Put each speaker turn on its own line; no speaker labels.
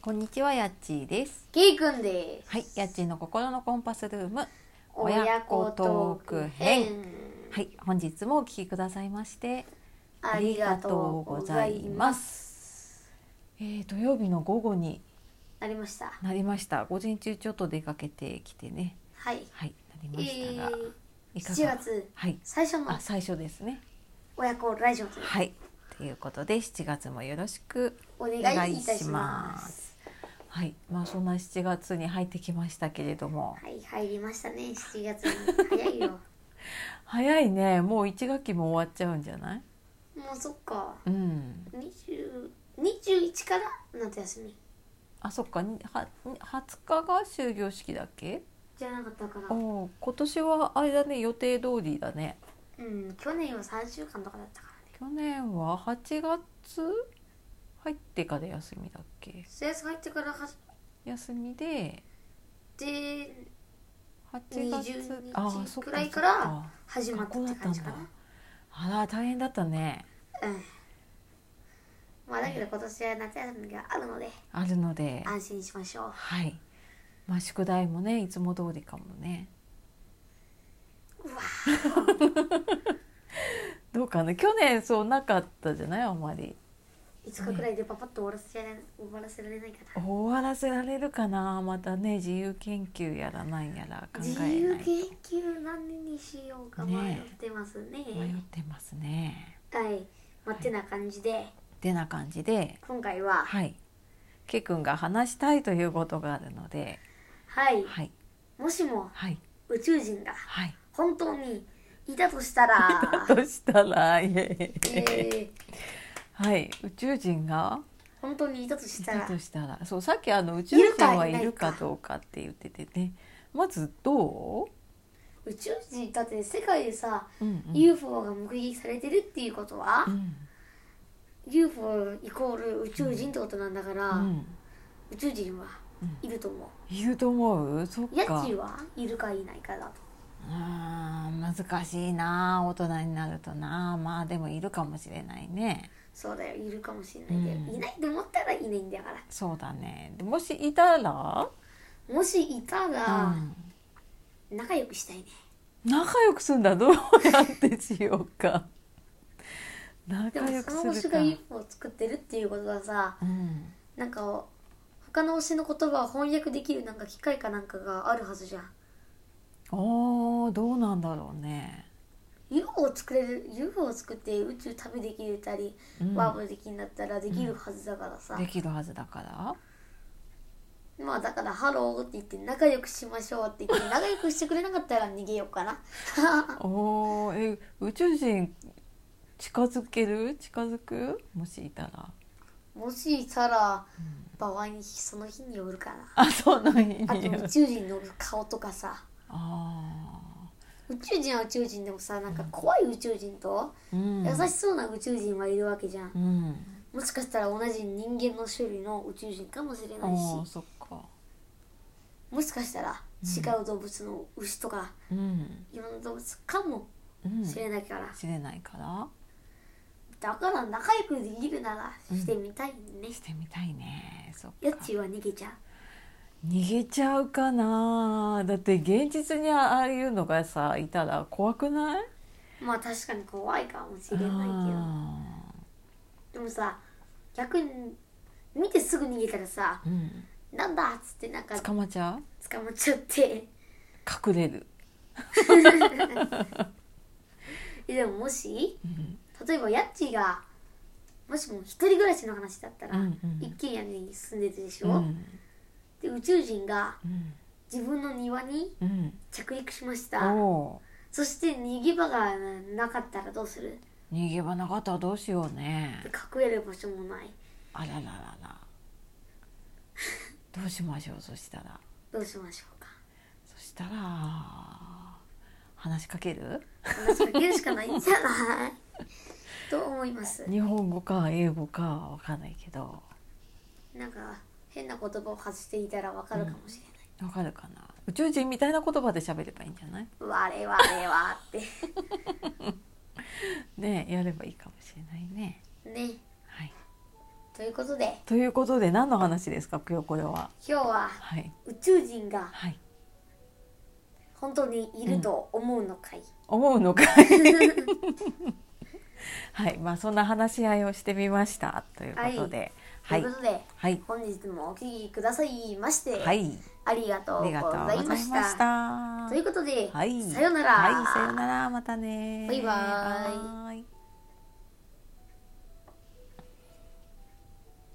こんにちは、やっちーです。
ケイくんです。
はい、やっちーの心のコンパスルーム。
親子トーク編。
はい、本日もお聞きくださいまして、
ありがとうございます。
えー、土曜日の午後に
なりました。
なりました。午前中ちょっと出かけてきてね、
はい。
はい、なり
え
ましたが、
ー、
いか
7
が？
月
はい、
最初の
あ、最初ですね。
親子ラジオという
はい、ということで7月もよろしく。
お願いいたします。
はい、まあそんな7月に入ってきましたけれども、
はい、入りましたね。7月に早いよ。
早いね。もう1学期も終わっちゃうんじゃない？
もうそっか。
うん。
20 21から夏休み
あそっかには20日が終業式だっけ
じゃなかったかな。
おお今年はあれだね予定通りだね
うん、去年は3週間とかだったからね。
去年は8月入ってから休みだっけ
7月入ってから始
休みで
めて
8月
20
あ
日
そっ
く
から
い
そっ
から
か
始ま
学
った
校
っ
だ
て
ったん
感じ
だ
かな。
あら大変だったね
うんまあだけど今年は夏休みがあるので
あるので
安心しましょう
はいまあ宿題もねいつも通りかもね
うわ
どうかな去年そうなかったじゃないあんまり
5日くらいでパパッと終わらせられ終わらせられないかな
終わらせられるかなまたね自由研究やらなんやら考
自
え
由
ないと
研究何にしようか迷ってますね
迷ってますね。
はいまあてな感じで
てな感じで、
今回は
はい。けくんが話したいということがあるので、
はい
はい
もしも
はい
宇宙人が
はい。
本当にいたとした ら
としたら、いえいえ
えー
はい。宇宙人が
本当にいたとし
い
た
た
ら
としたら、そうさっきあの宇宙
いる
人
か
はい
ないい
る
か
かどうかって言っててね。まずど
宇宙人だって世界でさ
う？うんうん。
UFO が目撃されてるっていうことは、
うん。
UFO イコール宇宙人ってことなんだから、
うん。
宇宙人は
うん
いると思
いると思う？そっ
う、家
か。
賃はいるかいないかだと
ああ難しいな。大人になるとな。まあでもいるかもしれないね。
そうだよいるかもしれないけど、
うん
いないと思ったらいないんだか
そうだね。でもしいたら、
らもしいた
う
ら
ん
仲良くしたいね、
仲良くするんだどうやってしよう か。
で
仲
も
良
そ
く
の
す
星
るか
が。UFO を作ってるっていうことはさ
うん、
なんか他の星の言葉を翻訳できるなんか機械かなんかがあるはずじゃん
ああどうなんだろうね。
UFO を作れる UFO を作って宇宙旅できるたり、
うん
ワープできるんだったらできるはずだからさ、
できるはずだから。
まあだから「ハロー」って言って仲良くしましょうって言って仲良くしてくれなかったら逃げようかな
おおえ宇宙人近づける近づくもしいたら。
もしいたら場合にその日によるか な
あそうなんや。
あと宇宙人の顔とかさ
あ
宇宙人は宇宙人でもさなんか怖い宇宙人と
あうん。
優しそうな宇宙人はいるわけじゃん
うん。
もしかしたら同じ人間の種類の宇宙人かもしれないし
ああそっか。
もしかしたら違う動物の牛とか
うん。
いろんな動物かも
うん。
し
知
れないから
れないから。
だから仲良くできるならしてみたいね
してみたいね。そっか。
やっちーは逃げちゃう
逃げちゃうかなだって現実にああいうのがさいたら怖くない
まあ確かに怖いかもし
あ
れないけどでもさ逆に見てすぐ逃げたらさ
ーうん、
「なんだ!」っつってなんか
捕まっちゃ
捕まっちゃって
う隠れる、
えでももし
うん
例えばやっちーがもしも一人暮らしの話だったら、
うんうん
一軒家に住んでるでし
う
ょ、
ん
で宇宙人が
うん
自分の庭に
うん、
着陸しまし
お
た
お
そして逃げ場がなかったらどうする
う逃げ場なかったらどうしようね
隠れる場所もない
あららららどうしましょうそしたら
どうしましょうか
そしたら話しかける
話しかけるしかないんじゃないと思います
日本語か英語かわかんないけど
なんか変な言葉を外していたらわかるかもし
わかるかな宇宙人みたいな言葉で喋ればいいんじゃない
れない「我々は」って
ねやればいいかもしれないね
ね
はい
ということで
ということで何の話ですか今日これは。
今日は
はい
宇宙人が
はい、
本当にいると思うのかい、
思うの かいはいまあそんな話し合いをしてみましたということではい
ということで
はい
本日もお聞きくださいまして、
はい
ありがとう
あ
ご
りがとうご
ざ
ざい
いま
ま
し
したた
ということで、
はい
さよなら、
はいさよならまたね
バイバイ
ーイ